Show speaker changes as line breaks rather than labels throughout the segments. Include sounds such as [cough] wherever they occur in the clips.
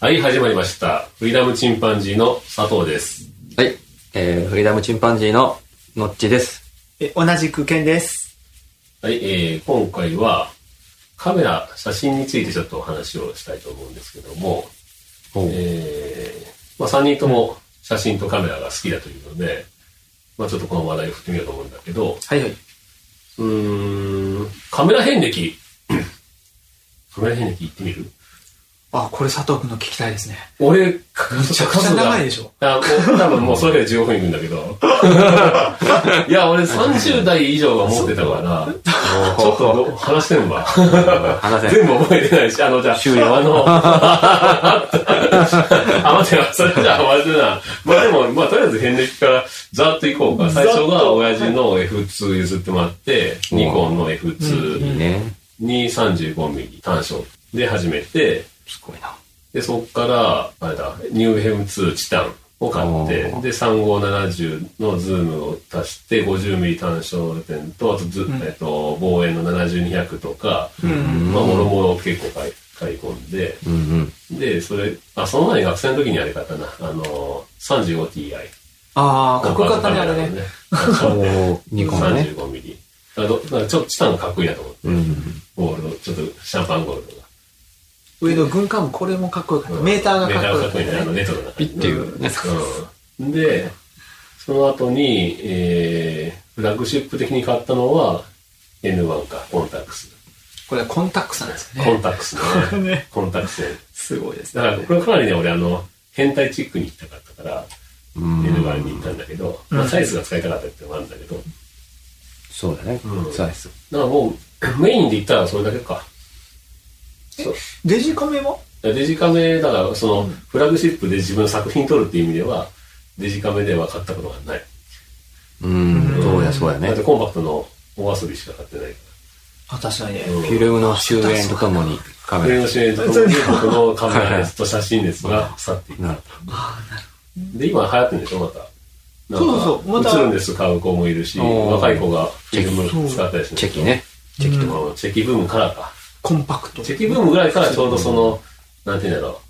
はい、始まりました。フリーダムチンパンジーの佐藤です。
はい。えー、フリーダムチンパンジーののっちです。
え同じく剣です。
はい、えー、今回はカメラ、写真についてちょっとお話をしたいと思うんですけども、えー、まあ3人とも写真とカメラが好きだというので、まあちょっとこの話題を振ってみようと思うんだけど、
はいはい。
うーん、カメラ遍歴。 [clears throat] カメラ遍歴言ってみる
あ、これ佐藤くんの聞きたいですね。
俺、めち
ゃくちゃ長いでしょ
あ、もう多分もうそれだけで15分いくんだけ [laughs] ど。いや、俺30代以上は持ってたから、ちょっとど話せんわ。
話せん
全部覚えてないし、あの、じゃあ、
終了
あの、 [laughs] あ、待ってよ、それじゃあ、まずいな。まあでも、まあとりあえず遍歴からざっといこうか。最初が親父の F2 譲ってもらって、ニコンの F2
ね。
に 35mm 単焦で始めて、
すごいな。
で、そこから、あれだ、ニューヘム2チタンを買って、
おー
で、3570のズームを足して、50ミリ単焦点と、あとず、えっと、望遠の7200とか、まあ、もろもろ結構買い買い込んで、
うんうん。
で、それ、あ、その前に学生の時にあれ買ったな、あの、35ti。
ああ、かっこよかったね、あれね。。
おニコンのね。
35ミリ。だからどだからちょっとチタンがかっこいいなと思って、
うん。
ゴールド、ちょっとシャンパンゴールドが。
上の軍艦もこれもかっこよかった。メーターがかっこよか
メーターがかっこいいね、あ
っ
の
た。
レトロな。
ピッていうね。
うんで、その後に、えー、フラッグシップ的に買ったのは、N1 か、コンタックス。
これはコンタックスなんです
コン
ね。
タックスね。
ね
コンタックスね。
すごいです
だ
ね。
から、これかなりね、俺、あの、変態チックに行きたかったから、N1 に行ったんだけど、まあ、サイズが使いたかったっていうのもあるんだけど、
そうだね。
うん
サイズ。
だからもう、メインで言ったらそれだけか。そう
デジカメも
デジカメ、だから、その、フラッグシップで自分の作品撮るっていう意味では、デジカメでは買ったことがない。
うん。そうやそうや
だっ
ね
て。コンパクトのお遊びしか買ってないか
あ、確かにね。
ら。
フィルムの終焉とともにカ
こ
メ
れ
ラ
の。主演とともに僕のカメラ列と写真列が去っていく。
なる
で、今流行ってるんでしょ、また。なんか
そうそうまた
映るんです買う子もいるし、
おー
若い子がフィルム使ったりして
チェキね。チェキ
チ
とか。
ェキチェキブームからか。
コンパクト。
チェキブームぐらいからちょうどその、なんていうんだろ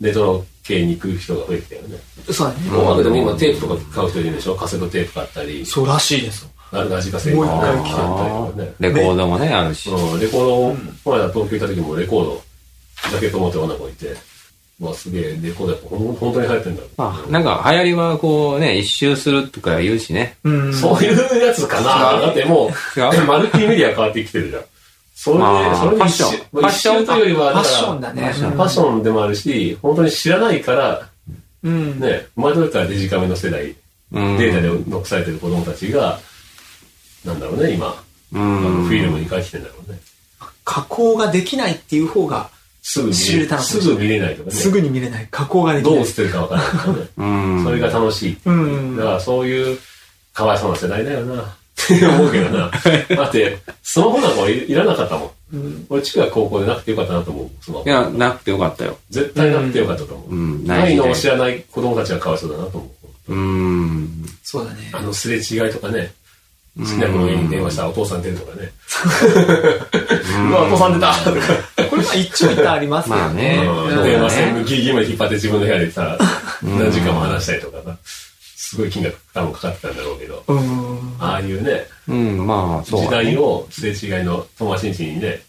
う、レトロ系に行く人が増えてきたよね。
そうだね。
音楽でも今テープとか買う人いるでしょ、カセットテープ買ったり、
そうらしいです。
ララジカセ買ったりと
もう一
か
あ
ね
ー。レコードもね、あるし。
うん、レコードを、この間東京行った時もレコード、ジャケット持って女の子いて、まあすげえ、レコードやっぱほん本当に流行ってんだろう。
まあ、なんか流行りはこうね、一周するとか言うしね。
うん。
そういうやつかなだってもう、
違う
マルチメディア変わってきてるじゃん。それで、
あー
それで一周
ファッション
まあ一周というよりは、
ファッションだ
から
ね。
ファッションでもあるし、本当に知らないから、
うん。
ね、前どれからデジカメの世代、
うん。
データで残されてる子供たちが、なんだろうね、今、
う
あの
ん。
フィルムに返してんだろうね。
加工ができないっていう方が、
すぐ見
知れ
れ
た
ない。
のかも
す
しれない
ぐ見れないとかね。
すぐに見れない。加工ができ
ど
な
う
い。
捨てるかわからないからね。
うん。
それが楽しいっていう
うん
だからそういう、かわいそうな世代だよな。って思うけどな。だって、スマホなんか俺いらなかったもん。俺、中学高校でなくてよかったなと思う。スマホ
い。や、なくてよかったよ。
絶対なくてよかったと思う。
うんない
ない
時代
のを知らない子供たちはかわいそうだなと思う。
うん。
そうだね
あ。の、すれ違いとかね。好きな子の家に電話したらお父さん出るとかね。 [laughs] うわ、お父さん出たとか。
これまあ一丁一短ありますけ
ま
ど
あ
ね。
[laughs]
ね。
うん電話線ギリギリまで引っ張って自分の部屋でさ、何時間も話したりとかな。すごい金額多分かかってたんだろうけど。
うん。
ああいうね、
うん、まあ、そう
時
だね。
代をすれ違いの友達ん家にね、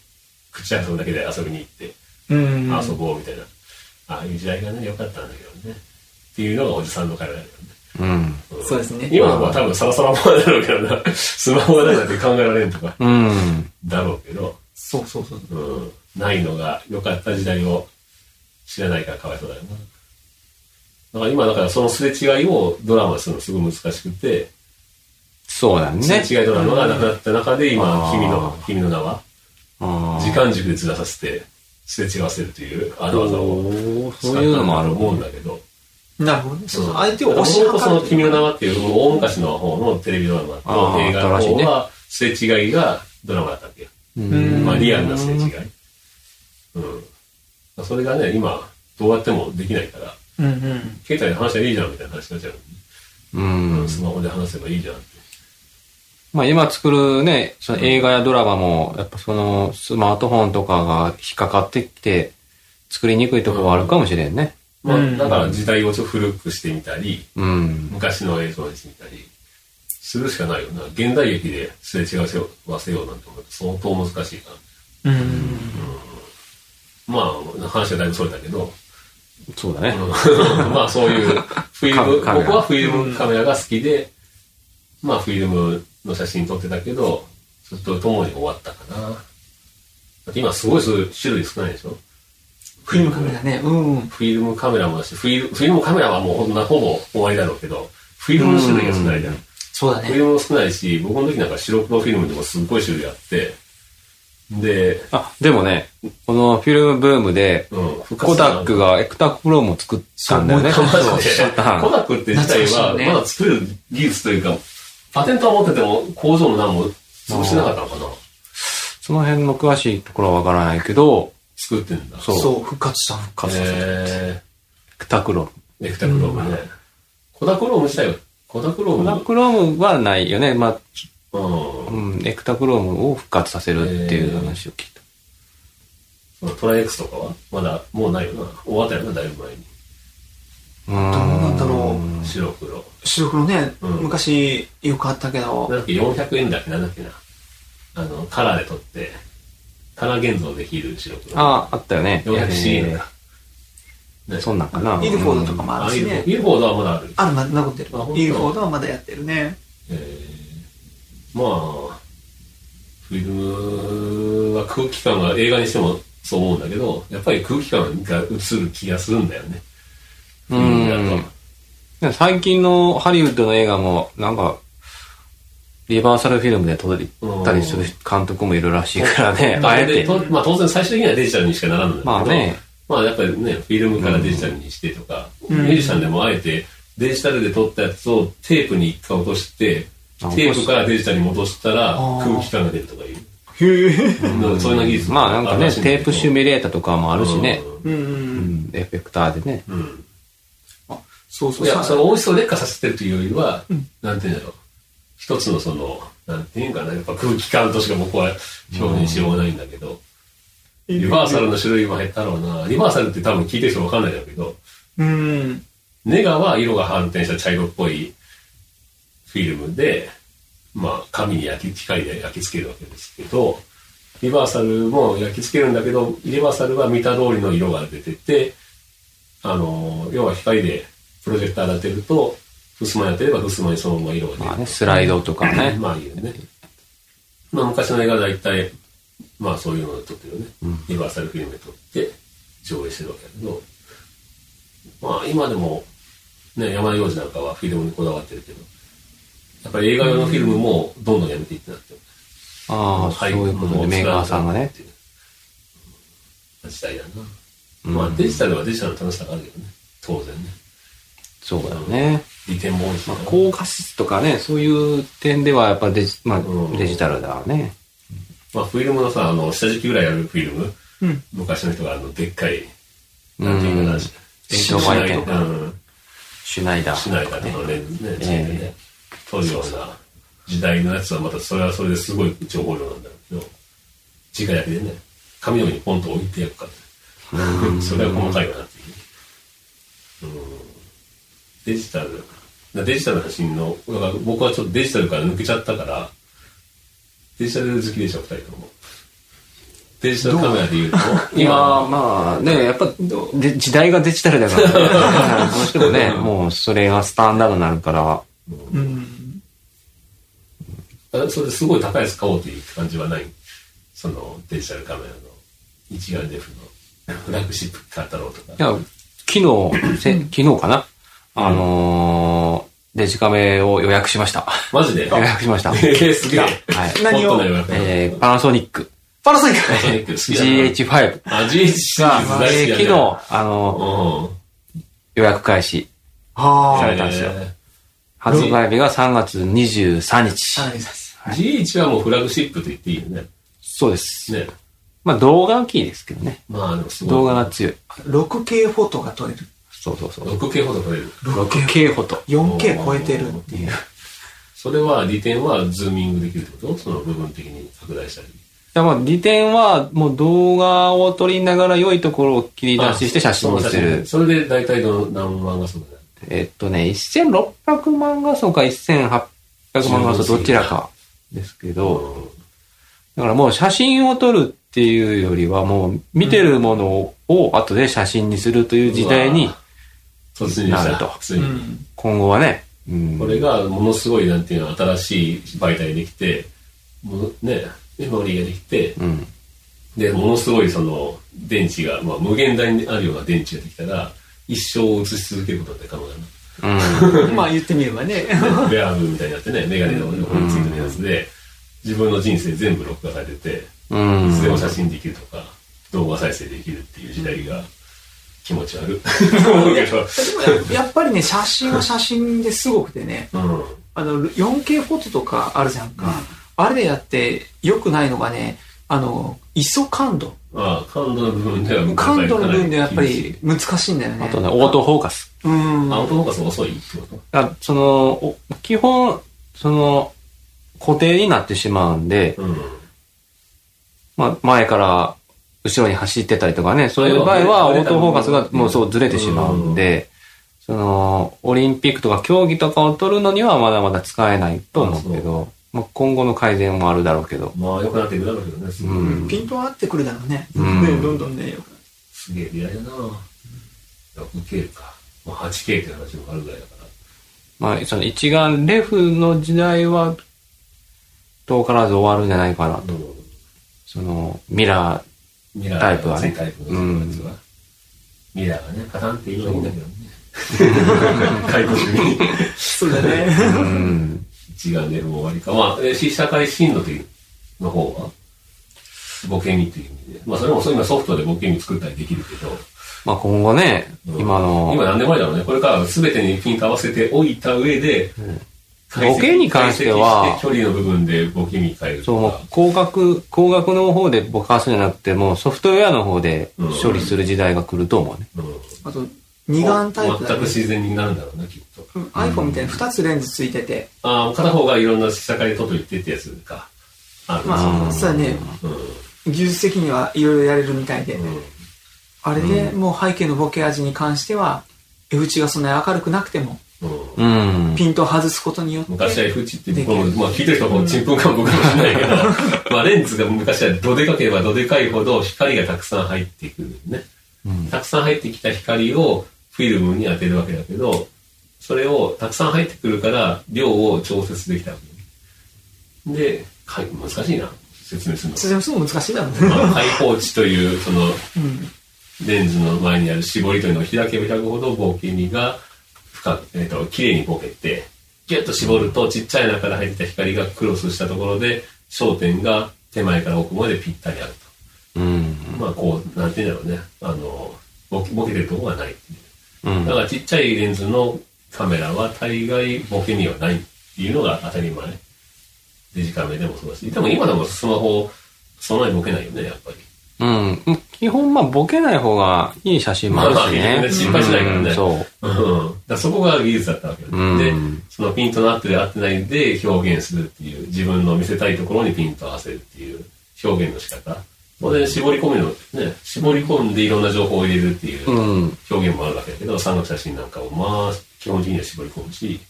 口遊ぶだけで遊びに行って、
うん。
遊ぼうみたいな、ああいう時代がね、良かったんだけどね。っていうのがおじさんの会話だよね。
うん。
そうですね。
今の子は多分サラサラもだろうけどな、スマホがないなんて考えられんとか、
うん。
だろうけど、
そうそうそう。
うん、ないのが良かった時代を知らないからかわいそうだよな。だから今、だからそのすれ違いをドラマにするのすごい難しくて、
そうだね。
すれ違いドラマがなくなった中で今、
あー
君の、君の名は
あー
時間軸でずらさせて、すれ違わせるというあの技を
おー
使っ
そう
た
い
ん
う
だ
のもあ
と
る
思
も
うんんだけど、
なるほどね。そうそう。相手を押し量
こ
る。
その君の名はっていう、もう大昔の方のテレビドラマ
あ
の
ー
映画の方は、すれ違いがドラマだったわけよ。
うん
まあ、リアルなすれ違い。うん。それがね、今、どうやってもできないから、
うんうん。
携帯で話したらいいじゃんみたいな話になっちゃう。
うん。
スマホで話せばいいじゃんって。
まあ今作るね、その映画やドラマも、やっぱそのスマートフォンとかが引っかかってきて、作りにくいところはあるかもしれんね。
ま
う
あ、
ん
だから時代をちょっと古くしてみたり、
うん。
昔の映像にしてみたり、するしかないよな。現代劇ですれ違わせようなんてこと相当難しいから。
うん。
まあ、話はだいぶそれだけど、
そうだね。
うんまあそういうフィルム、
カメラ
僕はフィルムカメラが好きで、まあフィルムの写真撮ってたけど、ずっと共に終わったかな。だって今すごい種類少ないでしょ
フィルムカメラね。うん。
フィルムカメラもだし、フィルフィルムカメラはもうほんなほぼ終わりだろうけど、フィルムの種類が少ないじゃん。フ
そうだ
ィ
ね。
ルムも少ないし、僕の時なんか白黒フィルムでもすっごい種類あって、で、
あ、でもね、このフィルムブームで、
うん、
コダックがエクタックプロも作ったんだよね。
そうマジで
はい
コダックって自体は、
懐かしいね
まだ作る技術というか、パテントは持ってても工場も何も潰してなかったのかな
その辺の詳しいところはわからないけど、
作ってんだ。
そう
そう、復活した復活した。
え
エクタクローム。
ー、ネクタクロームね。コダクローム自体は、コダクロー
エクタ
ム、
クロームはないよね。まあ、
う
うん、エクタクロームを復活させるっていう話を聞いた。
ん。トライ X とかはまだ、もうないよな。終わったよな、だいぶ前に。
うーん
どうなんだろ
白黒。
白黒ね、
うん
昔よくあったけど、
なんだっけ、400円だっけ、なんだっけな。あの、カラーで撮って、カラー現像できる白黒。
ああ、あったよね。
400円
え
だ。ね
ーそんなんかな。
イルフォードとかもあ
あ
る
イ
し
ルフォ
ね
ー。ドイルフォードはまだある。
あるまだ残ってる
あ本。当
イルフォードはまだやってるね。
えーまあ、フィルムは空気感が映画にしてもそう思うんだけど、やっぱり空気感が映る気がするんだよね。
う
フィルムだ
ん
と。
でも最近のハリウッドの映画も、なんか、リバーサルフィルムで撮ったりする監督もいるらしいからね、あえ
で
て。
とまあ当然最終的にはデジタルにしかならないんだけど、
まあね、
まあやっぱりね、フィルムからデジタルにしてとか、
ん
ミュージシャンでもあえてデジタルで撮ったやつをテープに一回落として、
あ
テープからデジタルに戻したら空気感が出るとかいう。
へえ。
うんそういうの技術
まあなんかね、
るらしいだけ
テ
ど
ープシミュレーターとかもあるしね、
うんう。
うんんエフェクターでね。
うんうん
そうそう。
いや、
さ
その、大石を劣化させてるというよりは、なんていうんだろう。一つのその、なんていうんかな、やっぱ空気感としか僕は表現しようがないんだけど、リバーサルの種類も減ったろうな。リバーサルって多分聞いてる人わかんないだろうけど、
うん。
ネガは色が反転した茶色っぽいフィルムで、まあ、紙に焼き、機械で焼き付けるわけですけど、リバーサルも焼き付けるんだけど、リバーサルは見た通りの色が出てて、あの、要は光でプロジェクター当てると、襖に当てれば襖にそのまま色が出る。
まあね、スライドとか
[laughs]
ね。
まあいいよね。まあ昔の映画は大体、まあそういうので撮ってるよね。リバーサルフィルムで撮って上映してるわけだけど、まあ今でも、ね、山田洋次なんかはフィルムにこだわってるけど、やっぱり映画用のフィルムもどんどんやめていってなってる。
ああ、そういうことでメーカーさんがね。。
時代だな。まあデジタルはデジタルの楽しさがあるけどね。当然ね。
そうだよね。
利点も多いし、
まあ、高画質とかね、そういう点ではやっぱデジ,、ま
うん
あ、デジタルだわね。
まあ、フィルムのさ、あの、下敷きぐらいあるフィルム、
うん
昔の人があの、でっかい、なんていうかな、
うん
電
超
しな
売
い
店
とうん、
シュナイダ
し
ー。
ないかとかね、ね、
え
チームでね、撮るような時代のやつはまた、それはそれですごい情報量なんだろうけど、直焼きでね、紙の上にポンと置いてやるから、それは細かいかなっていう。デジタル、だデジタルの写真の、だから僕はちょっとデジタルから抜けちゃったから、デジタル好きでしょ、二人とも。デジタルカメラで言うと、
ま
今、
あまあね、やっぱで時代がデジタルだ [laughs] から、ね、どうしてもね、もうそれがスタンダードになるから、
うん。
あそれですごい高いやつ買おうという感じはない。そのデジタルカメラの一眼レフのフラッグシップ買ったろうと
い
か。
や、昨日、せ昨日かなあのー、デジカメを予約しました。
マジで
予約しました。
ええすげえ。
はい。
何を
ホットな予約
えー、パナソニック
パラソニッ
パナ
ク
ソニック好きだな。
GH5
あ、GH シリーズ
が、
大好
え
き
ー
だ
昨
ね。
日、あの
う
ー、
ん。
予約開始。
あ
さ
あ。
れたんですよ
えー
発売日が3月23日。
サラリーです。
GH はもうフラッグシップと言っていいよね。
そうです。
ね。
まあ動画は大きいですけどね。
まあ、でもすごい。
動画が強い。
6K フォトが撮れる。
そうそうそう。
6K ほど取れる。
6K フォト。
4K 超えてるっていう。
それは、利点はズーミングできるってことその部分的に拡大したり。
じゃあまあ、利点は、もう動画を撮りながら良いところを切り出しして写真にする。
それで大体どの何万画素になる
えっとね、1600万画素か1800万画素どちらかですけど、だからもう写真を撮るっていうよりはもう見てるものを後で写真にするという時代に
突入した
なると
ついに、
今後はね、うん
これがものすごいなんていうの新しい媒体できてもうねメモリーができて
うん、
でものすごいその電池が、まあ、無限大にあるような電池ができたら一生映し続けることって可能だな
[laughs] うん、
まあ言ってみればね。
ベアーブみたいになってね、メガネの横についてるやつで、自分の人生全部録画されてて、
うん [laughs]
いつでも写真できるとか、動画再生できるっていう時代が気持ち悪い。
[laughs]
思うけど。
でもや [laughs] っぱりね、写真は写真ですごくてね、
うん。
あの、4K フォトとかあるじゃんか。あれでやって良くないのがね、あの、ISO 感度。
まあ、感度の部分では、
感度の分でやっぱり。難しいんだよね。
あとね、オートフォーカス。
うん。
アウトフォーカス遅いってこと
あその、お基本、その、固定になってしまうんで、
うん。
まあ、前から後ろに走ってたりとかね、そういう場合は
あ
オ
れ
ー
だね
トフォーカスがもうそうずれてしまうんで、その、オリンピックとか競技とかを撮るのにはまだまだ使えないと思うけど、まあ、今後の改善もあるだろうけど、
まあ、良くなっていくだろうけどね、すごい
うん
ピントは合ってくるだろうね。
うん
ねどんどんね、良くなって
すげえ出会いだな 6K か。まあ、8K って話もあるぐらいだから。
まあ、その一眼レフの時代は遠からず終わるんじゃないかなと。
うん
その、ミラー、
ミラー
タイプはね
熱いタイプのやつは。ミラーがね、パタンって言うのはいいんだけどね。解雇中に。
そうだね。
[laughs] うん、
一眼レフも終わりか。まあ、えし社会進路というの方は、ボケミという意味で。まあ、それもそう今ソフトでボケミ作ったりできるけど、
まあ今後ね、
うん
今の、
今何年前だろうね。これから全てにピント合わせておいた上で、解析
ボケに関しては
解析距離の部分でボケミ変える
そう、
と
もう
か。
光学、光学の方でぼかすんじゃなくて、もうソフトウェアの方で
うん
処理する時代が来ると思うね。
うん
あと、二眼タイプだ
全く
ね。
自然になるんだろうな、きっと。
うん iPhone みたいに2つレンズついてて、
ああ、片方がいろんな社会で撮っといてってやつか。ある
ま
う
あ、
ん
そしたらね、
うん
技術的にはいろいろやれるみたいで、
うん
あれでもう背景のボケ味に関しては、F 値がそんなに明るくなくても、
うん
うん。
ピントを外すことによって、
昔は F 値って、
でき
こ
る
のまあ聞いてる人はもうちんぷんかんぷんかもしれないけど、まあレンズが昔はどでかければどでかいほど光がたくさん入ってくるね。
うん
たくさん入ってきた光をフィルムに当てるわけだけど、それをたくさん入ってくるから量を調節できたわけ。で、かい難しいな、説明するの。
それもすごい難しいだろうね。
まあ、開放値という、その、
うん。
レンズの前にある絞りというのを開けば開くほどボケ身が深く、えっと綺麗にボケてギュッと絞るとちっちゃい中から入った光がクロスしたところで焦点が手前から奥までぴったりある
うん。
とまあこうなんて言うんだろうねあのボケボケてるところがないっていうだ
うん。
からちっちゃいレンズのカメラは大概ボケにはないっていうのが当たり前デジカメでもそうだしでも今でもスマホそんなにボケないよねやっぱり
うん。基本、まあ、ボケない方がいい写真もあるし
まあま
ね。
あ心配しないからね
うんそう。
うん、だからそこが技術だったわけだ、
うん
でそのピントの合ってる合ってないで表現するっていう自分の見せたいところにピントを合わせるっていう表現の仕方当然絞り込みのね絞り込んでいろんな情報を入れるっていう
うん。
表現もあるわけだけど山岳写真なんかもまあ基本的には絞り込むし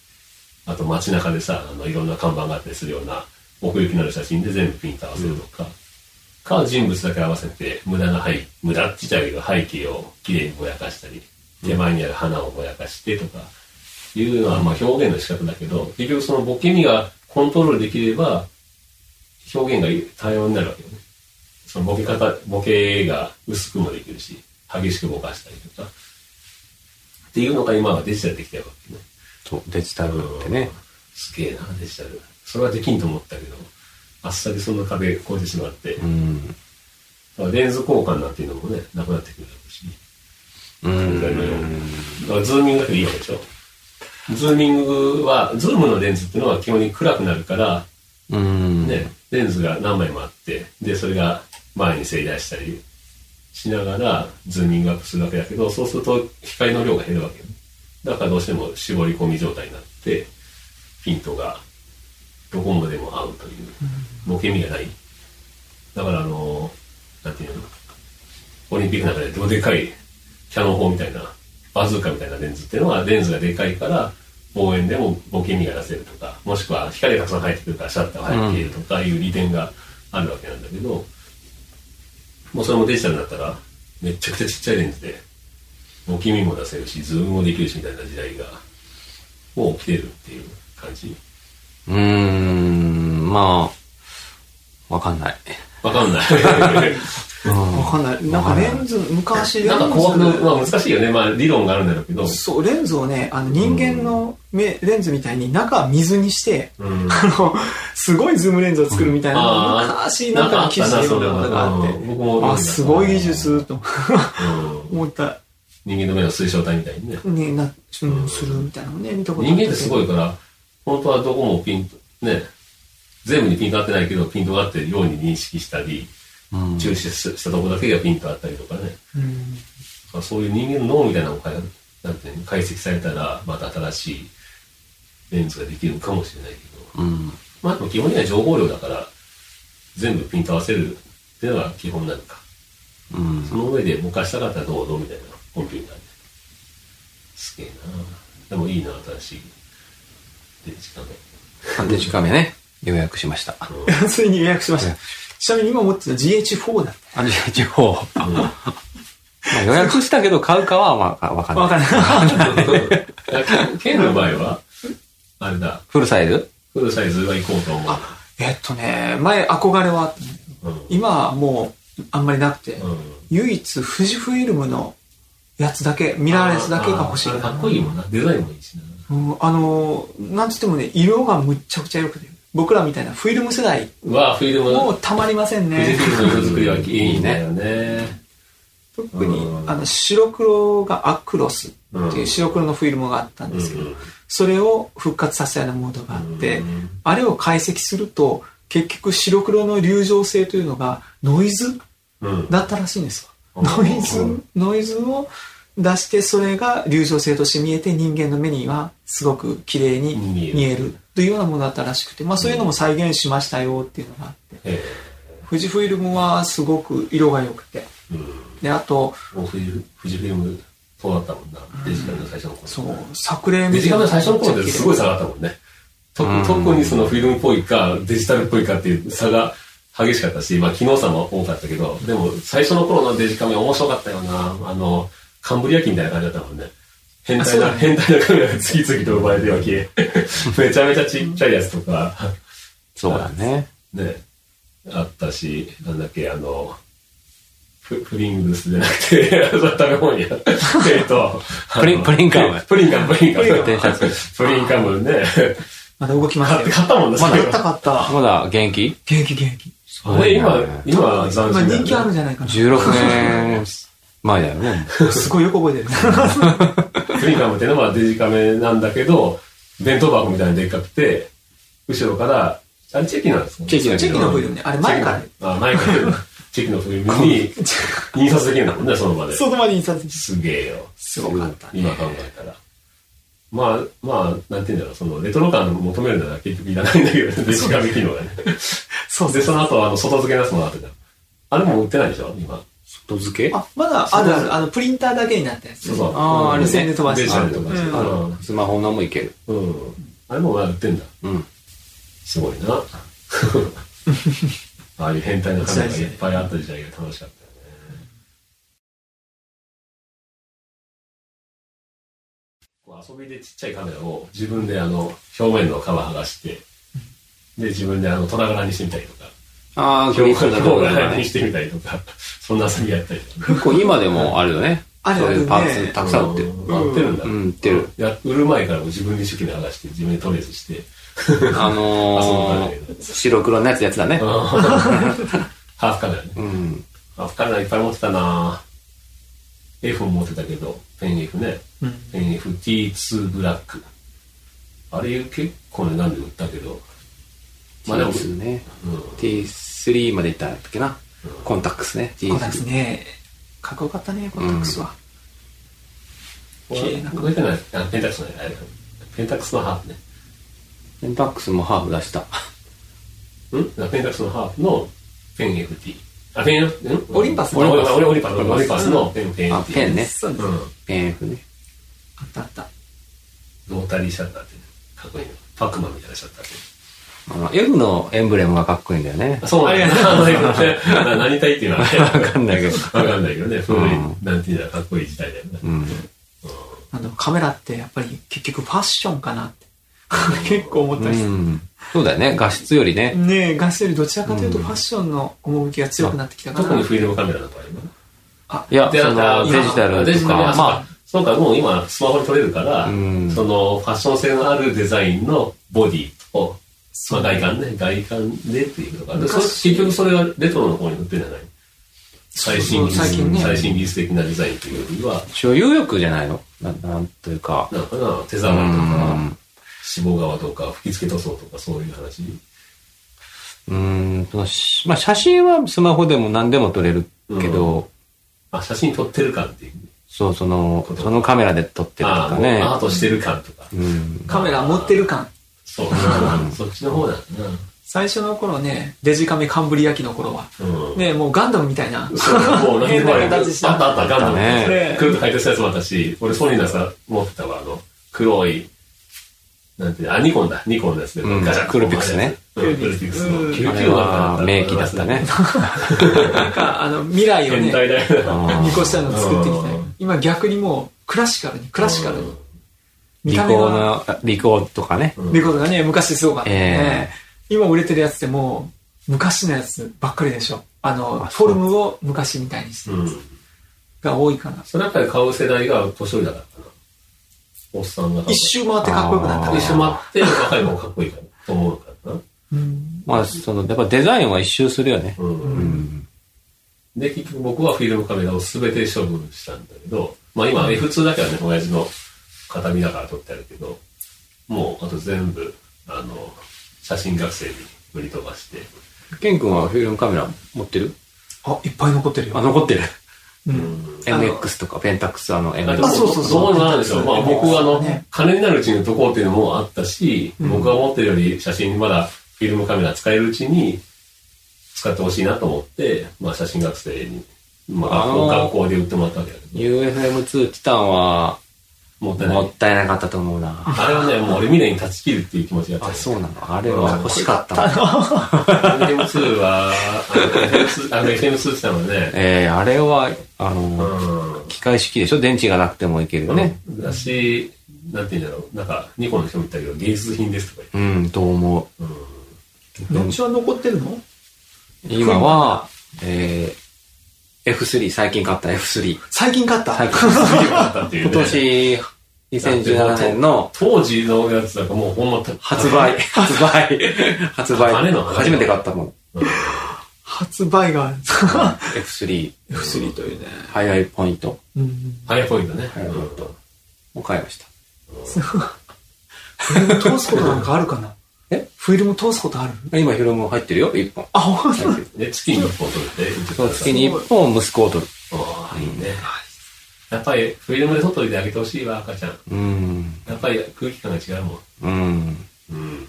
あと街中でさあのいろんな看板があったりするような奥行きのある写真で全部ピント合わせるとか、か人物だけ合わせて無駄な背無駄って言っちゃうけど背景をきれいにぼやかしたり手前にある花をぼやかしてとかいうのはまあ表現の仕方だけど結局そのボケ身がコントロールできれば表現が多様になるわけよね。そのボケ方、ボケが薄くもできるし、激しくぼかしたりとか。っていうのが今はデジタルできてるわけね。
そう、デジタルってね。
すげえな、デジタル。それはできんと思ったけど、あっさりその壁越えてしまって、だ
う
か
ん。
らレンズ交換なんていうのもね、なくなってくるだろうし、
う。
今回のようんに。だからズーミングだけでいいわけでしょ。ズーミングは、ズームのレンズっていうのは基本に暗くなるから、
うん。
ね、レンズが何枚もあって、で、それが前に整理したりしながら、ズーミングアップするわけだけど、そうすると光の量が減るわけよね。だからどうしても絞り込み状態になって、ピントがどこまでも合うという、ボケ身がない。だからあの、なんていうの、オリンピックの中でどうでかいキャノン砲みたいな、バズーカみたいなレンズっていうのは、レンズがでかいから、望遠でもボケ身が出せるとか、もしくは光がたくさん入ってくるからシャッターが入っているとかいう利点があるわけなんだけど、もうそれもデジタルになったら、めちゃくちゃちっちゃいレンズで、ボケ身も出せるし、ズームもできるしみたいな時代が、もう起きてるっていう感じ。
うーん、まあ、わかんない。
わかんない。
[laughs]
うん
わかんない。なんかレンズ、昔レ
な
ン
んか
ズ
工学、まあ難しいよね。まあ理論があるんだろうけど。
そう、レンズをね、あの人間の目、レンズみたいに中は水にして、
うん。
あの、すごいズームレンズを作るみたいなの
あ
が、
ー
昔なんかの記事で読んだことがあっ
なんかあったなそれはうん
て、
僕も読んだ
あ、すごい技術と
うん
思った、
人間の目の水晶体みたいにね。
ね、な、うん、するみたいなのね、見たことあ
人間ってす
い。
ごいから、本当はどこもピンと、ね、全部にピント合ってないけど、ピントが合ってるように認識したり、
うん
注視したとこだけがピント合ったりとかね。
うん
まあそういう人間の脳みたいなのを解なんていうの解析されたら、また新しいレンズができるかもしれないけど。
うん
まあでも基本的には情報量だから、全部ピント合わせるっていうのが基本なのか。
うん
その上で昔したかったらどうぞみたいなコンピューターで。すげえなでもいいな新しい電池カメ。
デジカメね、予約しました。
ついに予約しました。ちなみに今持ってた GH4 だっ
あの、地方。ま
うん
あ予約したけど買うかはわかわかん
た。わ
ない。
かんない。 [laughs]
だからケンの場合は、あれだ、
フルサイズ
フルサイズは行こうと思
えっとね、前憧れはあったの
う。うん
今はもうあんまりなくて、
うん
唯一富士フイルムのやつだけ、ミラーレスだけが欲しい
あー
な。
かっこいいもんな。デザインもいいしな。
うん、あのー、なんつってもね、色がむっちゃくちゃ良くて、僕らみたいなフィルム世代、
うわフィルム
も
の、
うたまりません
富士
ね
フ。ィルムの色作りはいいんだよね。
特に
う、ん
あの、白黒がアクロスって
う
いうん白黒のフィルムがあったんですけど、それを復活させたようなモードがあって、
うん
あれを解析すると、結局白黒の流浄性というのがノイズ
うん
だったらしいんです
う
よ。
ん
ノイ
うん
ズ、ノイズを出して、それが流浄性として見えて、人間の目にはすごく綺麗に
見える
見えるというようなものだったらしくて、まあそういうのも再現しましたよっていうのがあって、
え
富士フイルムはすごく色が良くて、
えうん
で、あと、
もう富士富士フィルムそうだったもんな、デジカメの最初の頃
そう、作例
デジカメの最初の頃ってすごい差
さ
があったもんねと特にそのフィルムっぽいかデジタルっぽいかっていう差が激しかったし、まあ、機能差も多かったけどでも最初の頃のデジカメ面白かったよなあのカンブリア紀みたいな感じだったもんね変態な、
あそうだね
変態なカメラが次々と生まれては消えめちゃめちゃちっちゃいやつとか
そうだね。
ね、あったし、なんだっけ、あの、ププリングスじゃなくて、あの食べ物や。えっと、あの
プリンプリンカム
プリンカム、プリンカム。
プリンカム
プリンカムね。
まだ動きます
買っ
よ
て。買ったもんね、
まだ
それ
買った買った。
まだ元気
元気元気。
あれ今、今、斬新
まあ
だよね
人気あるんじゃないかな。
?16 年前だよね。
[laughs] すごいよく覚
[laughs]
えてる。
プリンカムってのはデジカメなんだけど、弁当箱みたいにでっかくて、後ろから、あれチェキなんですか
チェキだけど
チェキのフィルムねあれ前から
チェキのあ、前から。チェキのフィルムに、印刷できるんだもんね、その場で。
外まで印刷して
すげえよ。
すごかった。
今考えたら。まあ、まあ、なんて言うんだろう、その、レトロ感を求めるなら結局いらないんだけ
[laughs]
ど、デジカメ機能がね。
そう
で、
です。
その後、あの、外付けのやつもあったじゃん。あれも売ってないでしょ、今。
外付け
あ、まだあるある。あの、プリンターだけになったやつ。
そうそう。
ああ、無線で飛ばして
デジタルで飛ばして。
うん
スマホのもいける。
うん。うんあれもまだ売ってんだ。
うん。
すごいな。 [laughs] ああいう変態なカメラがいっぱいあった時代が楽しかったよね。こう遊びでちっちゃいカメラを自分であの表面の皮剥がして、で自分であのトラ柄にしてみたりとか、
ああ、
表
グリ
面
ップ
の
だと
方
か
柄に
ね。
してみたりとか、 [laughs] そんな遊びやったりとか。
結構今でもあるよ [laughs] ね。
ある
そ
あ
うい
る
う
ね。
パーツたくさん売ってる。
うんあ売ってるんだ。
うん売ってる
いや。売る前からも自分で一生懸命剥がして、自分でトレースして、
あのー、白黒のやつやつだね。
ハーフカメラね。
うん。
あ、カメラいっぱい持ってたな F も持ってたけど、ペン F ね。
うん
ペン FT2 ブラック。あれ結構ね、なんで売ったけど。まあでも、
T2 ね。
うん。
T3 までいったんだっけな。コンタックスね。
コンタックス
T3。
ね。かっこよかったね、コンタックスは。
これ
綺麗な
覚えてない。あ、ペンタックスのね。あれペンタックスのハーフね。
コンタックスもハーフ出した。
んあペンタックスのハーフのペン FT。あ、ペン、ん
オリンパス
オリンパス。オリンパス。オリンパスのペン、ペン
あ、
FT。
ペンね。
そうです。
う
あ
ん。
ペン F ね。
ったあった。
ロータリーシャッターって、かっこいいの。パックマンみたいなシャッターって。
あの、F のエンブレムがかっこいいんだよね。
そうなんだよね。何体っていうのはね
わかんないけど。
わかんないけどね。古い
うん、
なんていうんだろうかっこいい時代だよね。
うん。
あの、カメラってやっぱり結局ファッションかなって。 [laughs] 結構思った
う
りして。
ん。そうだよね。画質よりね。
ねえ、ガスよりどちらかというと
うん
ファッションの趣が強くなってきたか
特に
な。
フィルムカメラの場合
いや、
で
そ
あ
の
と
デジタル
デ
と
ジタル
か、
まあ
ま、
そうか、もう今スマホで撮れるから、
うん
そのファッション性のあるデザインのボディと、まあ外観ね、外観でっていうのが。でそれ結局それがレトロの方に乗ってるじゃない最新技
そうそう最
術、
近ね
最新技術的なデザインというよりは
あ、、所有欲じゃないのななんというか。
なんかな、手
う
触りとか、
ん。
脂肪側とか、吹き付け塗装とか、そういう話。
うん。そのしまあ、写真はスマホでも何でも撮れるけど、
あ、写真撮ってる感っていう。
そう、その、そのカメラで撮ってると
ああ
か
もう
ね。
アートしてる感とか。
うん。
カメラ持ってる感。
そうな、そっちの方だな。
最初の頃ね、デジカメカンブリア紀の頃は。
うん。
ねえ、もうガンダムみたいな。
そう、もう何でもある。
変な形した
あったあった、ガンダム
あった
ね
ね。黒く配達したやつもあったし、俺ソニーのさ、持ってたわ、あの、黒い、なんていうの、あ、ニコンだ、ニコンのやつで、
うん
ガチャ
クルピクスね
うんクルピクス
う
の。
ん
救
あ
急
れ
のだ
は名機だったね。。
なんか、あの、未来を
変
ね、
態だよな。
あ
見越したのを作っていきたい
うん。
今逆にもう、クラシカルに、クラシカルに。見
リコー
た目が、
の、リコーとかね。
うん
レコードがね、昔すごかったよね
え。
今売れてるやつってもう、昔のやつばっかりでしょ。あの、
あ
フ
そ
ォ
う
ルムを昔みたいにして
う
るや
ん
つ。が多いかな。
それやっぱり買う世代が年寄りだからかな。おっさんが買う。
一周回ってかっこよくなった
あー
一
ね。
周回って、若い方がかっこいいかな、と思うからな。
うん
まあ、その、やっぱデザインは一周するよね。
う。
うんん。
で、結局僕はフィルムカメラを全て処分したんだけど、まあ今 F2 だけはね、親父の形見だから撮ってあるけど、もうあと全部、あの、写真学生に売り飛ばして、
ケン君はフィルムカメラ持ってる
あ、いっぱい残ってる
あ、
よ。
残ってる。
うん。
あの
MX とかペンタックス、あの、
あ
MX
で。も
あそうそうそう
どうにもなるんですよ。まあ僕はあの
ね、
金になるうちに解こうっていうのもあったし、
うん
僕が持ってるより写真まだフィルムカメラ使えるうちに使ってほしいなと思って、まあ写真学生に、まあ学校
あのー
学校で売ってもらったわけだけど、
UFM2 チタンは、
もったいない
も。ったいなかったと思うな。
あれはね、もう俺未来に断ち切るっていう気持ちがあ
あ、
った。
そうなのあれは欲しかったな。
FM2 は、あの FM2 って言ったのね、
えー、あれは、あの、
う
機械式でしょ電池がなくてもいけるよ
ん。
ね。。
だし、なんて言うんだろう、なんか、ニコンの人も言ったけど、芸術品ですとか
うん、と思う。
言う。うん。
どっちは残ってるの
今は、えー、F3、最近買った F3。
最近買った
最近
あったっていうね
今年、2017年の
当時のやつなんかもうほんまた、
発売、 [laughs] 発売、発売
金の、話
初めて買ったもん。
[laughs] 発売が [laughs]
F3、
F3 というね。
ハイライトポイント
うん。
ハイポイントね。
ハイポイントを買いました。
フィルム通すことなんかあるかな
え
フィルム通すことある
今、ヒロム入ってるよ、1本。
あ、ほんと
入ってる
うんで、月に1本取れて、
そう月に1本息子を取る。
ああ、いいね。やっぱり、フィルムで撮っといてあげてほしいわ、赤ちゃん。
うん。
やっぱり空気感が違うもん。
うん。
うん。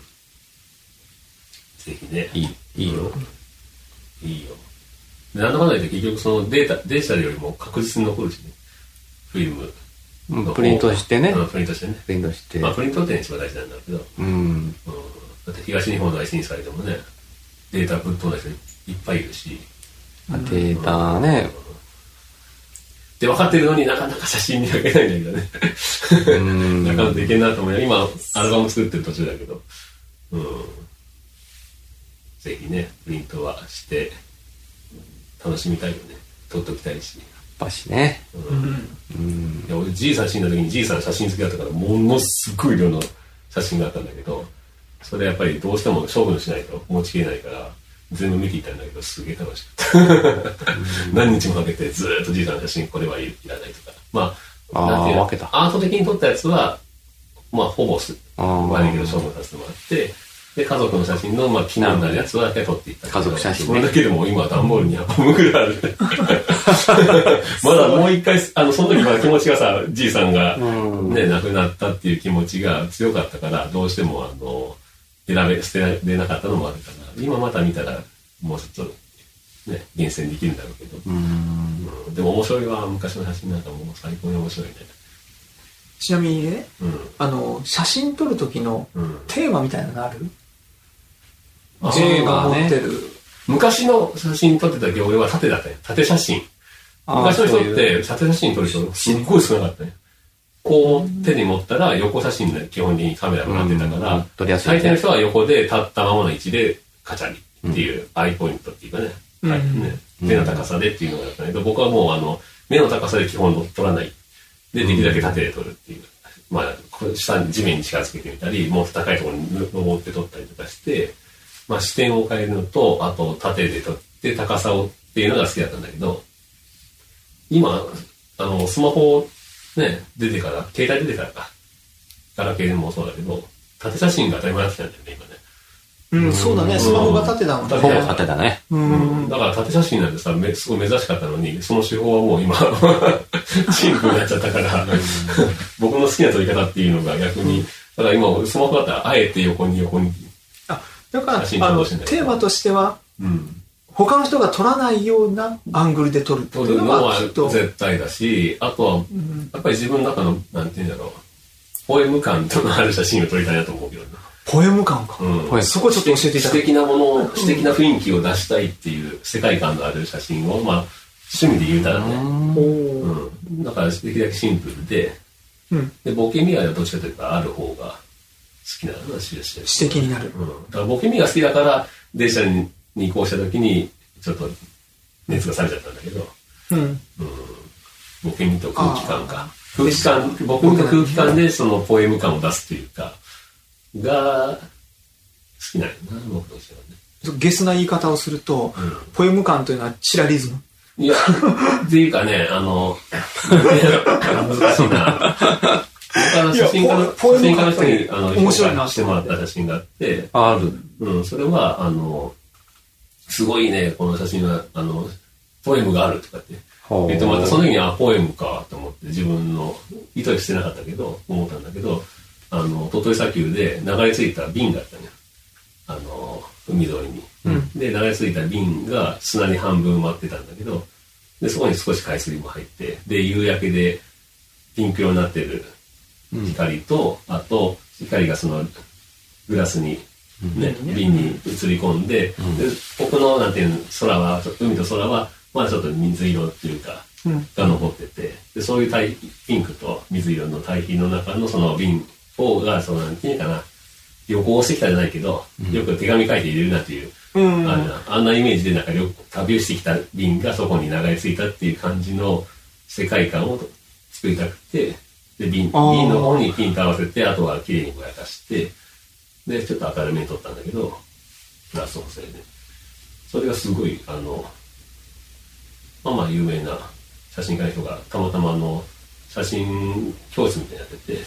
ぜひね。
いい、いいよ。
いいよ。でなんだかんだ言って結局そのデータ、デジタルよりも確実に残るしね。フィルム
う
の方
ん
が。
プリントしてね
う。んプリントしてね。
プリントして
ま。あプリントって一番大事なんだけど、うん、
うん。
だって東日本大震災でもね、データぶっ飛んだ人いっぱいいるし。
データね。
で、分かってるのになかなか写真にあげないんだけど
うん
ね。なかなかいけんなと思うよ。今、アルバム作ってる途中だけど。うん。ぜひね、プリントはして、楽しみたいよね。撮っときたいし。
やっぱしね。
うん。
うん。
いや俺じいさん死んだ時にじいさん写真好きだったからものすごい量の写真があったんだけどそれやっぱりどうしても処分しないと持ちきれないから全部見ていたんだけどすげえ楽しかった何日もかけてずーっとじいさんの写真これはいらないとかまあ
あー
なんていうの
分けた
アート的に撮ったやつはまあほぼす
あー
悪いけど処分させてもらってで家族の写真のまあ記念になるやつはだけ撮っていったんだけど
家族写真ね
それだけでも今段ボールに8本ぐらいある
[laughs]
まだもう一回、あの、その時まだ気持ちがさ、じいさんが、
うん
ね、亡くなったっていう気持ちが強かったから、どうしても、あの、選べ、捨てられなかったのもあるから、今また見たら、もうちょっとね、厳選できるんだろうけど。
うん。
うんでも面白いわ、昔の写真なんかもう最高に面白いね。
ちなみにね、
うん。
あの、写真撮る時の
うん。
テーマみたいなのある
あ
テーマ
が
ね
持ってる。
昔の写真撮ってた時俺は縦だったよ。縦写真。昔の人っ
そういう
て縦写真撮る人すっごい少なかったね。こう手に持ったら横写真で基本的にカメラがなってたから、
うん撮りやすい
大抵の人は横で立ったままの位置でカチャリっていうアイポイントっていうかね、
うん
はいね目の高さでっていうのがあったけど、僕はもうあの、目の高さで基本撮らない。で、できるだけ縦で撮るっていう。まあ、こう下に地面に近づけてみたり、もう高いところに登って撮ったりとかして、まあ視点を変えるのと、あと縦で撮って高さをっていうのが好きだったんだけど、今、あの、スマホ、ね、出てから、携帯出てからか。ガラケーもそうだけど、縦写真が当たり前になってきたんだよね、
うん、そうだね。スマホが立てたもん
立
ほ
て
ぼ
た
ね。
縦だね。
う
今ね。
ん。
だから縦写真なんてさ、めすごい珍しかったのに、その手法はもう今、 [laughs] シンプルになっちゃったから、僕の好きな撮り方っていうのが逆に、だから今、スマホだったら、あえて横に横に。
だから、あ
写真撮ろ
の、
うとしてんだけど
テーマとしては、
うん。
他の人が撮らないようなアングルで撮るって
撮
い
る
う
の
のは
は
きっと、
絶対だし、あとは、
うん
やっぱり自分の中の、なんていうんだろう、ポエム感とのある写真を撮りたいなと思うけどな。
ポエム感か。
うん
ポエム
そこちょっと教えていただ
詩
き
的なものを、詩的な雰囲気を出したいっていう世界観のある写真を、まあ、趣味で言うたらね。
おー
うん。だから、できるだけシンプルで、
うん。
で、ボケミアはどっちかというとある方が好きなの詩的
詩的になる。
うん。だから、ボケミアが好きだから、電車に移行した時に、ちょっと熱が冷めちゃったんだけど、
うん。
ボケミと空気感か
あ。
空気感、ボケミと空気感でそのポエム感を出すというか、が、好きなんやな、僕としてはね。
ゲスな言い方をすると、
うん。
ポエム感というのはチラリズム。
い
[laughs]
や、っていうかね、あの、難しいな。僕あの写真家の
いやポエ
写真
ム
家の
感
人にあの
面白いな
紹介してもらった写真があって、
ある。
うん、それは、あの、すごいね、この写真は、あの、ポエムがあるとかって
ほう
言ってもらって、その時に、あ、ポエムかと思って、自分の意図してなかったけど、思ったんだけど、あの、鳥取砂丘で流れ着いた瓶があったね。あの、海沿いに。
うん
で、流れ着いた瓶が砂に半分埋まってたんだけど、で、そこに少し海水も入って、で、夕焼けでピンク色になってる
うん
光と、あと、光がそのグラスに、ね、
うん
瓶に映り込んで、
ん
で僕の、なんていうの、空は、海と空は、まだちょっと水色っていうか、
うん。
が残ってて、で、そういう対比ピンクと水色の対比の中のその瓶を、が、その、なんていうかな、旅行してきたじゃないけど、よく手紙書いて入れるなっていう、
うん。
あんなあんなイメージでなんか旅旅をしてきた瓶がそこに流れ着いたっていう感じの世界観を作りたくて、で、瓶、瓶
あー
の方にピンと合わせて、あとは綺麗にぼやかして、で、ちょっと明るめに撮ったんだけど、プラス補正で。それがすごい、あの、まあまあ有名な写真家の人がたまたまあの写真教室みたいになってて、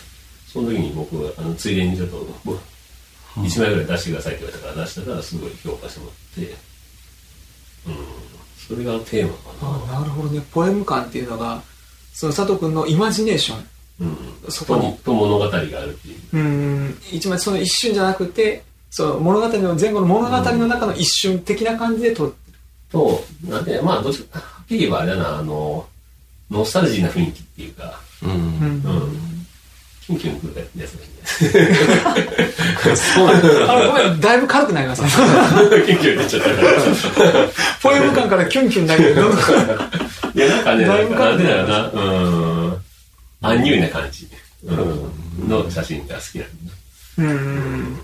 その時に僕はあのついでにちょっと僕1枚ぐらい出してくださいって言われたから出したらすごい評価してもらって、うん、それがテーマかな。
あなるほどね。ポエム感っていうのが、その佐藤君のイマジネーション。
うん、
そこに
とと物語があるっていう。
うん。一枚その一瞬じゃなくて、その物語の前後の物語の中の一瞬的な感じで撮る。
[laughs] と、なんで、まあ、どっちか、はっきり言えばあれだな、あの、ノスタルジーな雰囲気っていうか、
うん
う。。
うんん、キュンキュンくるやつがいいね。
あごめん、だいぶ軽くなりましたね。
キュンキュン出ちゃったから。
ポエム感からキュンキュンだけど、
いや、なんかね、
だ
ないん
ぶ
か、
変
な
わ
ん
っ
で
て
だ
る
よな、うん、アンニュイな感じ、うん、の写真が好きなんだ。
[laughs] うん。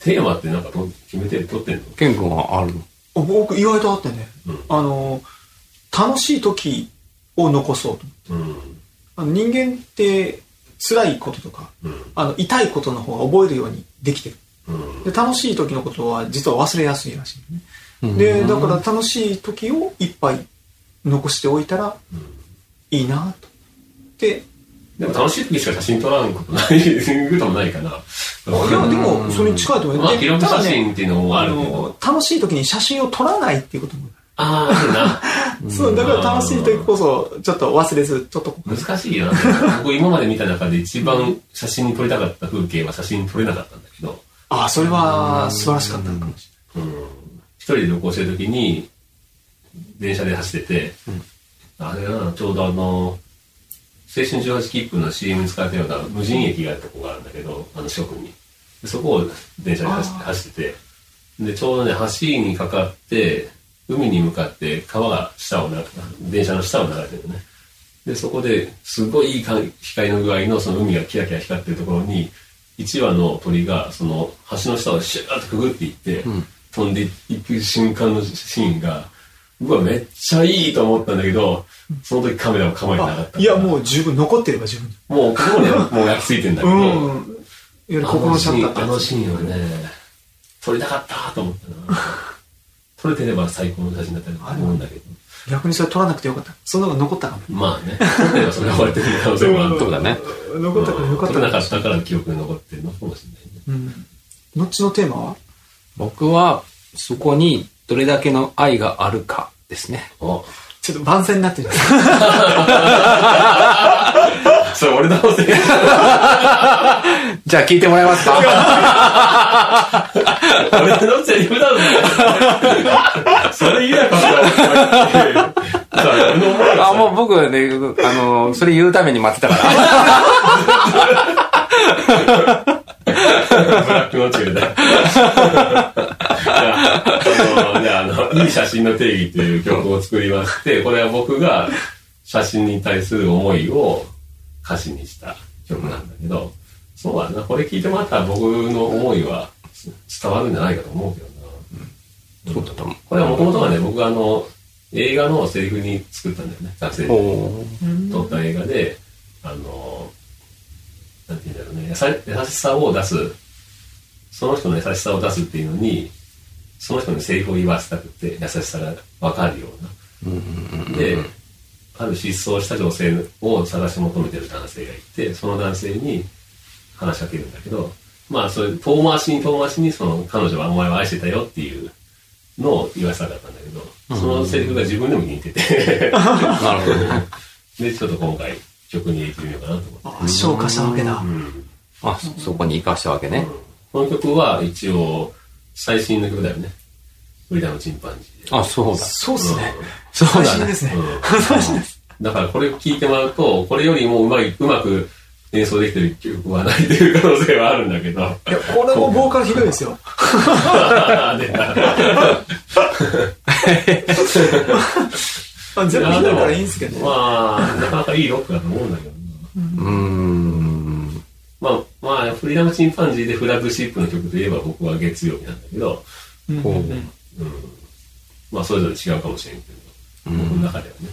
テーマってなんかと決めて撮ってんの
ケン君はあるの
僕意外とあってね、
うん
あの、楽しい時を残そうと。
うん、
あの人間って辛いこととか、
うん、
あの痛いことの方が覚えるようにできてる。
うん、
で楽しい時のことは実は忘れやすいらしい、ね
うん
でだから楽しい時をいっぱい残しておいたら
うん。
いいなとで
でも楽しい時しか写真撮らんことない、こともないかな。
いやでもそれに近いと思う
まあ、記録
た
写
だね
真っていうのもあ
あ
るけ
の
ど。
楽しい時に写真を撮らないっていうことも
ああ、あるな。
あるそうだから楽しい時こそちょっと忘れずちょっとこ
難しいよな。僕今まで見た中で一番写真に撮りたかった風景は写真に撮れなかったんだけど、
ああそれは素晴らしかったのかもし
うん、一人で旅行してる時に、電車で走ってて、
うん
あれだな、ちょうどあの、青春18切符の CM に使われたような無人駅があったとこがあるんだけど、あの、諸君に。でそこを電車で走って走ってて、で、ちょうどね、橋にかかって、海に向かって川が下を流れて、電車の下を流れてるのね。で、そこで、すごいいいか光の具合の、その海がキラキラ光ってるところに、一羽の鳥が、その橋の下をシューッとくぐっていって、
ん
飛んでいく瞬間のシーンが、うわ、めっちゃいいと思ったんだけど、その時カメラを構えてなかった。
いや、
う。
もう十分、残ってれば十分。
もう、ここにはもう焼き付いてんだけ
う
ど、
ん。いや、ここのシャッター
あのシーンあのシーンはね、撮りたかったと思ったな。撮れてれば最高の写真だったと思うんだけど。
逆にそれ撮らなくてよかった。そんなのが残ったかも。
まあね、撮れればそれは割れてる可能性もある
そうだね。
残ったからよかった
撮れなかったから記憶に残ってるのかもしれないね。
うん。後のテーマは
僕は、そこにどれだけの愛があるかですね。
あ、
ちょっと番宣になってる。
それ俺のせい。[laughs]
[laughs] じゃあ聞いてもらえますか
俺のセリフなんだよ。それ言えなか [laughs] った。さあ、俺の思い
[laughs] あ、もう僕はね、あの、それ言うために待ってたから。
ブラックのチルだ。いやあのね、あの、いい写真の定義っていう曲を作りまして、これは僕が写真に対する思いを歌詞にした曲なんだけど、そうだな、これ聞いてもらったら僕の思いは伝わるんじゃないかと思うけどな。
そうだと思う。
これはもともとはね、僕があの、映画のセリフに作ったんだよね、学生で。
お
撮った映画で、あの、なんて言うんだろうね、優さ優しさを出す、その人の優しさを出すっていうのに、その人にセリフを言わせたくて、優しさがわかるような。で、ある失踪した女性を探し求めてる男性がいて、その男性に話しかけるんだけど、まあ、それ、遠回しに遠回しに、その、彼女はお前を愛してたよっていうのを言わせたかったんだけど、そのセリフが自分でも似て [laughs] て、
なるほどね。
で、ちょっと今回、曲に入れてみようかなと思って。
あ消化したわけだ
う。ん。
あ、そそこに生かしたわけね。
この曲は一応、最新の曲だよね。ウリダのチンパンジーで。
あ、そうだ。
そうっすね。
そう
最
だ
新
ね
で。すね
う。
[laughs]
ん。だからこれ聴いてもらうと、これよりもうまい、うまく演奏できてる曲はないという可能性はあるんだけ
[laughs]
ど。
いや、これもボーカルひどいですよ。あ全部ひどいからいいんですけどね。
まあ、なかなかいいロックだと思うんだけどな。
うーん。
まあ、まあ、フリーダムチンパンジーでフラッグシップの曲といえば僕は月曜日なんだけど、
うん
こう
まあ、それぞれ違うかもしれんけど、僕の中ではね、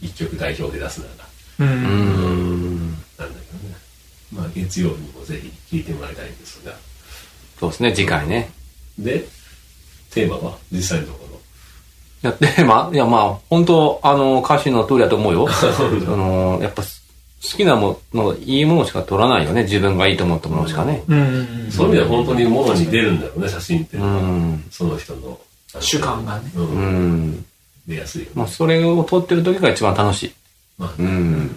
一曲代表で出すな
う。
うんん。
ら、なんだけどね。まあ、月曜日もぜひ聴いてもらいたいんですが。
そうですね、次回ね。
で、テーマは実際のところ。
いや、テーマいや、まあ、本当あの、歌詞の通りだと思うよ。あの、やっぱ、す好きなもの、いいものしか撮らないよね。自分がいいと思ったものしかね。
うんうん。
そういう意味では本当にものに出るんだろうね、写真って。
うん。
その人の。
主観がね
う。
うんん。
出やすいよね。
まあ、それを撮ってる時が一番楽しい。
まあ
う
ね
ん。
うん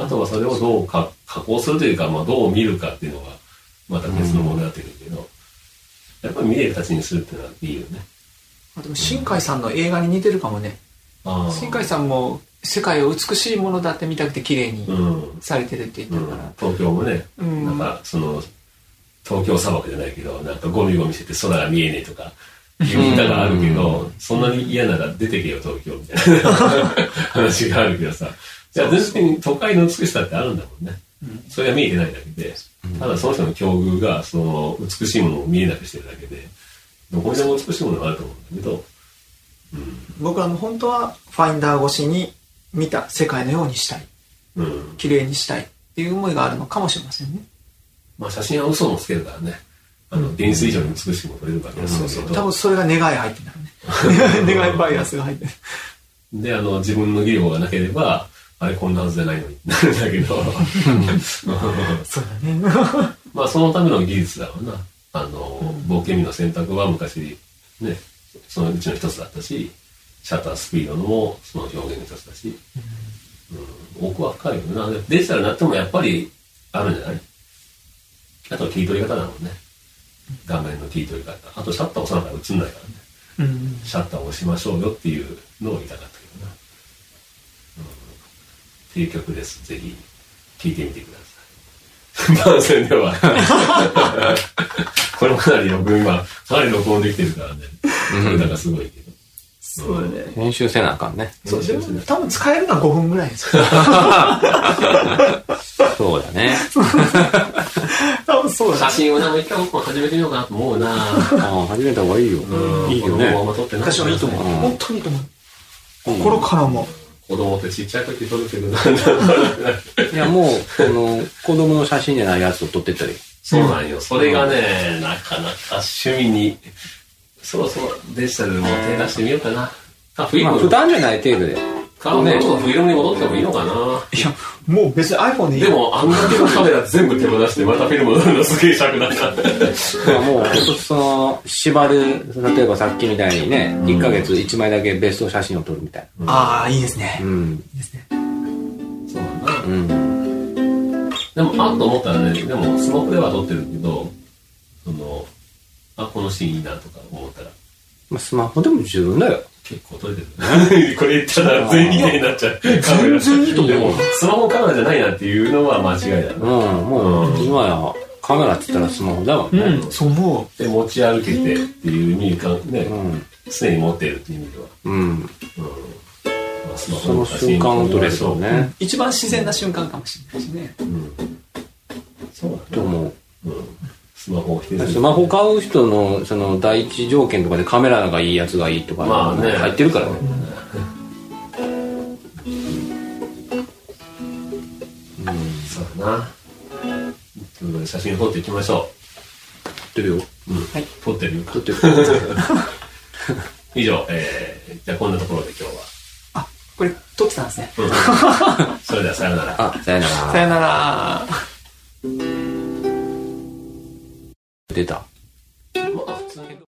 あとはそれをどうか加工するというか、まあ、どう見るかっていうのが、また別の問題になってくるけど、やっぱり見れる形にするっていうのはいいよね。
あでも、新海さんの映画に似てるかもね。
ああ
新海さんも、世界を美しいものだって見たくて綺麗
う
に
ん。うん
されてるって言ってるから。
東京もね、
うん
なんかその、東京砂漠じゃないけど、なんかゴミゴミしてて空が見えねえとか、いう歌があるけど、そんなに嫌なら出てけよ東京みたい [laughs] な話があるけどさ、じゃあ全然都会の美しさってあるんだもんね。それは見えてないだけで、ただその人の境遇がその美しいものを見えなくしてるだけで、どこにでも美しいものがあると思うんだけど、
僕はもう本当は、ファインダー越しに見た世界のようにしたい。
うん。
綺麗にしたいっていう思いがあるのかもしれませんね。
まあ写真は嘘もつけるからね、あの、現実以上に美しくも撮れるわけですけど、
多分それが願い入ってんだろう [laughs] ね。願いバイアスが入ってる。
で、あの、自分の技量がなければ、あれこんなはずじゃないのに [laughs] なるんだけど、
そうだね。
まあそのための技術だろうな。あの、冒険味の選択は昔、ね、そのうちの一つだったし、シャッタースピードのもその表現の一つだし、うん、奥は深いよな。でデジタルになってもやっぱりあるんじゃないあとは切り取り方だもんね。画面の切り取り方。あとシャッター押さなから映んないからね。
うん。
シャッターを押しましょうよっていうのを言いたかったけどな。うん、っていう曲です。ぜひ、聴いてみてください。 [laughs] 番宣では。これもかなり録音、今、かなり録音できてるからね。それだからすごいけど。
そうだね。
編集せなあかん [laughs] ね。
そう、でも多分使えるのは5分ぐらいですよ。
そうだね。
[laughs] 多分そうだ
写
ね。
真をなんか一回僕も始めてみようかなと思うな
ああ、始めた方がいいよ。いいよね。
昔はいいと思
うん
本当にと思う。心からも。
子供ってちっちゃい時撮るけど、なんだろうな。
いや、もう、この、子供の写真じゃないやつを撮ってったり。
そうなんよ。それがね、なかなか趣味に、そろそろデジタルでも手出してみようかな。あ、フィ
ま
ル
あ、
ム
普段じゃない程度で。
か、もうちょっとフィルムに戻ってもいいのかな。
いや、もう別に iPhone でいい
でも、あんだけのカメラ全部手放して、またフィルム撮るのすげえ尺だった。
まあもう、ほんとその、縛る、例えばさっきみたいにね、1ヶ月1枚だけベスト写真を撮るみたい
ああ、いいですね
な。う。ん。
そうなんだ。
うん。
でも、あっと思ったらね、でも、スマホでは撮ってるけど、その、あ、このシーンいいなとか思ったら、
まあ、スマホでも十分だよ。
結構撮れてる。 [laughs] これ言ったら全員になっちゃう。カメラ
全然いいと思う
でも、スマホカメラじゃないなっていうのは間違いだ
うん、
な。
もう、今や、カメラって言ったらスマホだもん
う
ね。
ん、そう思
で、持ち歩けてっていう意味か、ね、
うん。
常に持っているっていう意味では、
うん。
まあスマ
その瞬間を撮れそう
ね。
ね。
う。一番自然な瞬間かもしれないしね。
うんそうだ
と
ね。
思う。
うん。スマホを否定する。
スマホ買う人のその第一条件とかでカメラがいいやつがいいとか、
まあね
入ってるからね、
そうだな。ということで写真撮っていきましょ
撮ってるよ
う。うん。
はい
撮ってるよ
撮って [laughs] る
以上、えー、じゃあこんなところで今日は。
あ、これ撮ってたんですね。
[laughs]
うん、それではさようなら。
あさよな
さ
ら
よなら。
出た
まあ普通に